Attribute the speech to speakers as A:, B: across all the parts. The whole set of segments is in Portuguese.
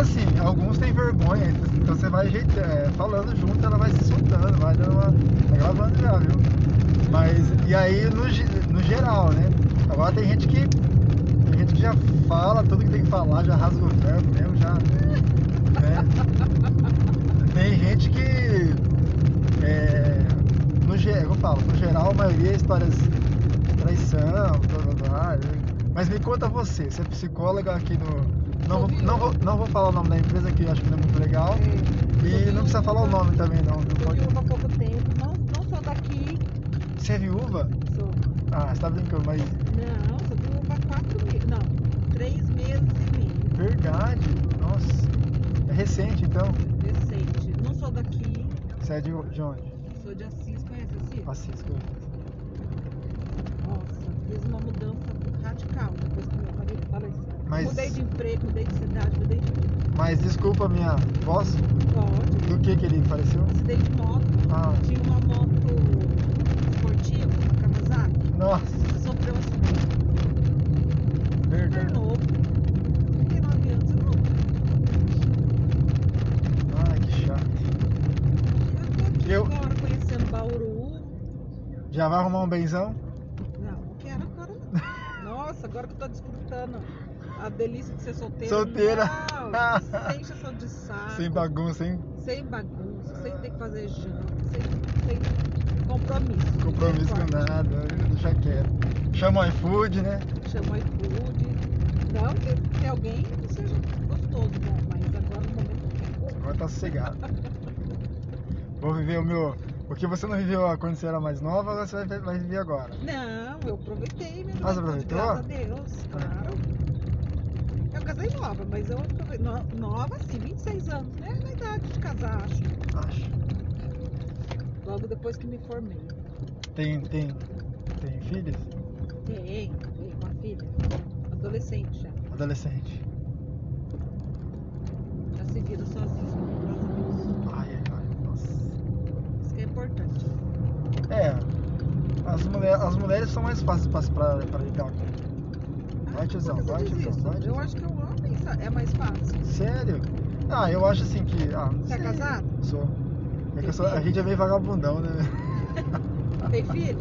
A: assim, alguns têm vergonha, então você vai ajeita- é, falando junto, ela vai se soltando, vai dando uma. Tá gravando já, viu? Mas, e aí no, ge- no geral, né? Agora tem gente que. Tem gente que já fala tudo que tem que falar, já rasga o verbo mesmo, já. né? Tem gente que. É, no, ge- eu falo, no geral a maioria é histórias de traição, blá blá blá. Mas me conta você, você é psicóloga aqui no. Não vou, não, vou, não vou falar o nome da empresa que eu acho que não é muito legal. E não precisa falar o nome também não. viu?
B: Eu
A: Pode-
B: viúva há pouco tempo, não, não sou daqui,
A: Você é viúva?
B: sou.
A: Ah, você tá brincando, mas
B: Não, sou viúva há quatro meses. Não, três meses e meio.
A: verdade, nossa. É recente então.
B: Decente. Não sou daqui,
A: Você é de, de onde?
B: sou de Assis, conhece Assis?
A: Assis, conheço.
B: Nossa, fiz uma mudança radical depois que meu marido faleceu.
A: Mas-
B: Mudei de emprego, mudei de cidade, mudei de
A: Mas desculpa a minha voz,
B: pode.
A: do que que ele faleceu?
B: Acidente de moto.
A: Ah.
B: Tinha uma moto esportiva, uma Kawasaki.
A: Nossa,
B: Sofreu um acidente,
A: verdade.
B: internou. 39 anos, eu não.
A: Ai, Ah, que chato.
B: Eu tô aqui
A: Eu-
B: agora conhecendo Bauru.
A: Já vai arrumar um benzão?
B: Não, não quero agora não. Nossa, agora que eu tô desfrutando a delícia de ser solteira.
A: Solteira.
B: Não, sem encheção de saco.
A: Sem bagunça, hein?
B: sem bagunça, sem ter que fazer janta, sem, sem compromisso. Né?
A: Compromisso com nada, deixa quieto. Chama o iFood, né?
B: Chamou iFood. Não que, que alguém não seja gostoso, né? Mas agora no momento eu quero.
A: Agora tá sossegado. Vou viver o meu. O que você não viveu quando você era mais nova, agora você vai, vai viver agora.
B: Não, eu aproveitei mesmo.
A: Ah, você aproveitou? É.
B: Graças a Deus, claro. Eu casei nova, mas eu aproveitei. No- Nova, assim, 26 anos, né? Na idade de casar, acho.
A: Acho.
B: Logo depois que me formei.
A: Tem, tem, tem filhos?
B: Tem, tem uma filha. Adolescente já.
A: Adolescente.
B: Já se vira sozinha. graças a Deus.
A: Ai, ai, ai, nossa.
B: Isso que é importante.
A: É, as, mulher, as mulheres são mais fáceis pra, pra, pra lidar com.
B: Ah,
A: Vai, tiozão,
B: Por que você
A: vai,
B: diz
A: tiozão,
B: isso?
A: vai, tiozão.
B: Eu acho que o homem sa- é mais fácil.
A: Sério? Ah, eu acho assim que. Ah, não
B: Você é
A: sei.
B: casado?
A: Sou. É que eu sou- a gente é meio vagabundão, né?
B: Tem filho?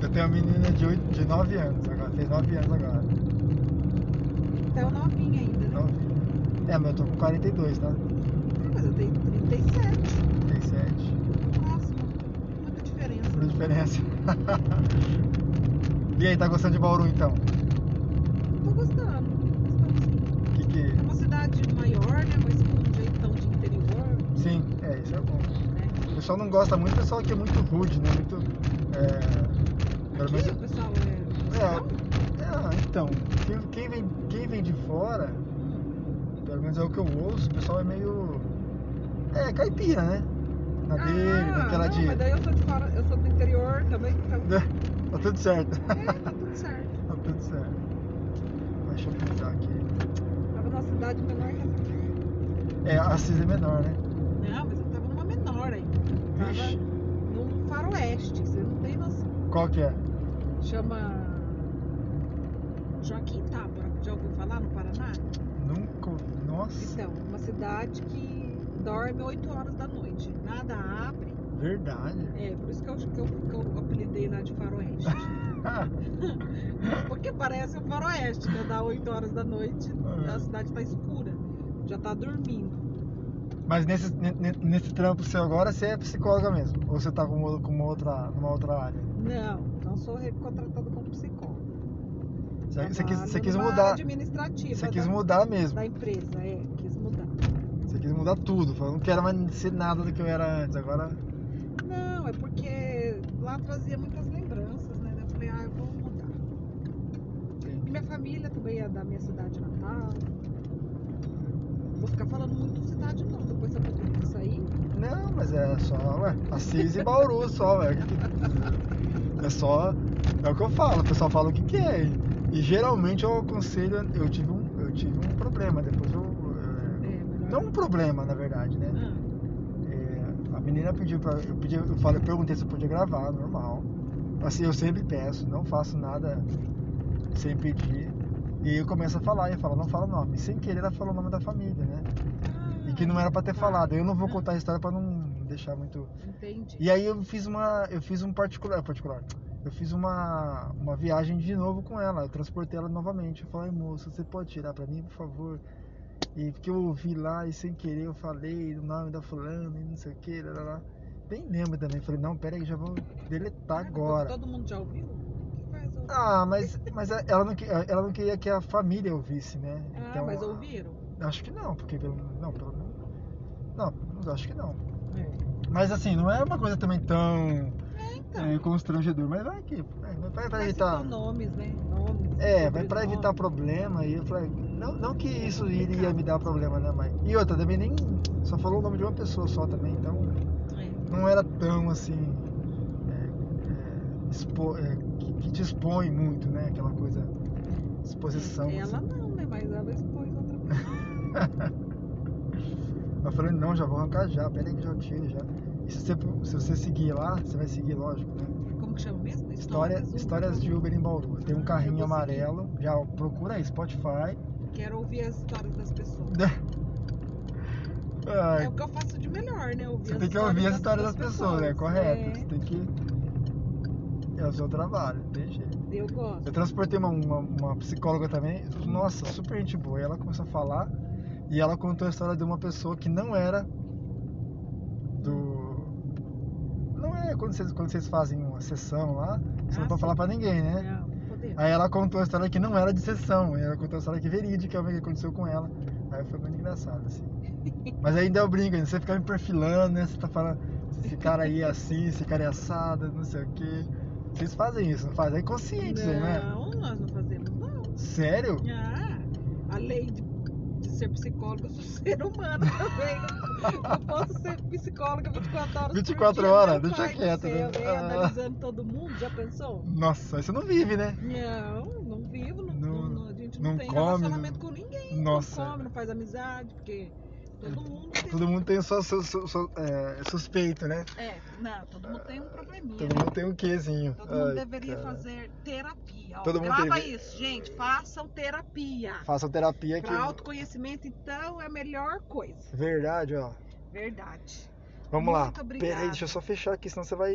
A: Eu tenho uma menina de, oito, de 9 anos agora, fez 9 anos agora.
B: Então novinha ainda, né?
A: Nove. É, mas eu tô com 42, tá?
B: Ah, Mas eu tenho 37.
A: 37.
B: Próximo. Muita diferença.
A: Muita diferença. e aí, tá gostando de Bauru então?
B: Tô gostando. Gostando sim.
A: Que
B: É
A: que.
B: uma cidade maior, né? Mas com um jeitão de interior,
A: Sim, é, isso é bom.
B: né?
A: O pessoal não gosta muito, o pessoal aqui é muito rude, né? Muito. É. Pelo
B: Aqui
A: menos.
B: o pessoal é...
A: Ah, então. Quem, quem vem, quem vem de fora, pelo menos é o que eu ouço, o pessoal é meio. É, caipira, né? Na dele,
B: ah,
A: naquela
B: não,
A: de.
B: mas daí eu sou de fora, eu sou do interior também, então...
A: Tá tudo certo.
B: É, tá tudo certo.
A: Tá tudo certo. Deixa eu pensar aqui.
B: Tava numa cidade menor que essa aqui.
A: É, a Assis é menor, né?
B: Não, mas eu tava numa menor ainda. Eu Tava
A: Vixe.
B: num faroeste, você não tem noção.
A: Qual que é?
B: chama Joaquim Tábora, já ouviu falar no Paraná?
A: Nunca ouvi. Nossa,
B: Então, é uma cidade que dorme 8 horas da noite, nada abre,
A: verdade.
B: é por isso que eu, que eu, que eu apelidei lá de faroeste,
A: Ah,
B: porque parece um faroeste, né, dá 8 horas da noite,
A: É.
B: a cidade tá escura, já tá dormindo.
A: Mas nesse, ne- ne- nesse trampo seu agora, você é psicóloga mesmo? Ou você tá com, uma- com uma outra, numa outra área?
B: Não, não sou recontratada como psicóloga.
A: Você, você quis, você
B: Trabalho
A: quis
B: numa área né?
A: mudar.
B: administrativa
A: Você quis
B: da,
A: mudar mesmo.
B: da empresa, é, quis mudar.
A: Você quis mudar tudo. Falou, não quero mais ser nada do que eu era antes. Agora.
B: Não, é porque lá trazia muitas lembranças, né? Daí Eu falei, ah, eu vou mudar. E minha família também é da minha cidade natal. Vou ficar falando muito cidade não, depois eu vou ter que sair.
A: Não, mas é só, ué. Assis e Bauru só, ué. É só. É o que eu falo, o pessoal fala o que, que é. E geralmente eu aconselho, eu tive um, eu tive um problema, depois eu.
B: É,
A: eh,
B: melhor.
A: Não um problema, na verdade, né?
B: Ah,
A: É, a menina pediu pra. Eu, pedi, eu, falei, eu perguntei se eu podia gravar, normal. Assim, eu sempre peço, não faço nada sem pedir. E aí eu começo a falar, e eu falo, não fala nome. Sem querer ela falou o nome da família, né? E que não era pra ter
B: Tá.
A: falado. Eu não vou contar a história pra não deixar muito.
B: Entendi.
A: E é aí eu fiz uma. Eu fiz um particular. particular. Eu fiz uma, uma viagem de novo com ela. Eu transportei ela novamente. Eu falei, moça, você pode tirar pra mim, por favor? E porque eu ouvi lá e sem querer eu falei o nome da fulana e não sei o que, lá, lá, lá. Nem lembro também. Falei, não, pera aí, já vou deletar
B: Ah, depois
A: agora.
B: Todo mundo já ouviu? O que faz? ouvir?
A: Ah, mas, mas ela, não, que- ela não queria que a família ouvisse, né?
B: Ah, mas ouviram?
A: Acho que não, porque pelo não, pelo não, não, acho que não.
B: É.
A: Mas assim, não é uma coisa também tão
B: então.
A: é, constrangedora, mas vai que é, mas pra, pra
B: Mas
A: evitar,
B: citou nomes, né? Nomes.
A: é, mas
B: mas
A: para evitar problema e eu falei, não, não que isso iria me dar problema, né, mãe? E outra também nem só falou o nome de uma pessoa só também, então
B: É,
A: não era tão assim é, é, expo- é, que, que te expõe muito, né? Aquela coisa exposição.
B: Ela
A: assim.
B: não, né? Mas ela expôs outra pessoa.
A: Eu falei, não, já vou arrancar já, pera aí que já tiro já. E se você, se você seguir lá, você vai seguir, lógico, né?
B: Como que chama mesmo?
A: História,
B: Uber.
A: histórias de Uber em Bauru. Tem um
B: Ah, eu
A: carrinho
B: vou seguir.
A: amarelo, já procura aí, Spotify.
B: Quero ouvir as histórias das pessoas.
A: Ah,
B: É o que eu faço de melhor, né? Ouvir
A: você
B: as
A: tem que
B: histórias
A: ouvir a história das pessoas, né? Correto. Você
B: É,
A: tem que. É o seu trabalho, não tem jeito.
B: É, eu gosto.
A: Eu transportei uma, uma, uma psicóloga também, nossa, super gente boa. E ela começou a falar e ela contou a história de uma pessoa que não era do. Não é quando vocês, quando vocês fazem uma sessão lá, você não
B: Ah,
A: pode
B: sim.
A: falar pra ninguém, né?
B: Não, poder.
A: Aí ela contou a história que não era de sessão, e ela contou a história que é verídica, o que aconteceu com ela. Aí foi muito engraçado, assim. Mas ainda eu brinco, né? você fica me perfilando, né? Você tá falando, esse cara aí é assim, esse cara é assado, não sei o quê. Vocês fazem isso, não fazem? É inconsciente, né? não é?
B: Não, nós não fazemos, não.
A: Sério?
B: Ah, além de, de ser psicóloga, eu sou ser humano também. Eu não posso ser psicóloga 24 horas
A: 24
B: por dia.
A: horas,
B: não,
A: deixa
B: pai do
A: quieto,
B: céu,
A: né?
B: né?
A: Ah.
B: Analisando todo mundo, já pensou?
A: Nossa, aí você não vive, né?
B: Não, não vivo, não,
A: Não-
B: não- a gente
A: não
B: tem
A: come, né?
B: relacionamento com ninguém.
A: Nossa.
B: Não come, não faz amizade, porque todo mundo tem.
A: Todo mundo tem só seu, seu- seu- é, suspeito, né?
B: É, não, todo mundo tem um probleminha.
A: Todo
B: né?
A: mundo tem um quezinho.
B: Todo mundo
A: Ai,
B: deveria
A: cara.
B: fazer terapia. Ó,
A: Todo mundo
B: grava
A: teve-
B: isso, gente. Façam terapia.
A: Faça terapia aqui.
B: Para autoconhecimento, então, é a melhor coisa.
A: Verdade, ó.
B: Verdade.
A: Vamos lá.
B: Muito
A: Peraí,
B: obrigada.
A: deixa eu só fechar aqui, senão você vai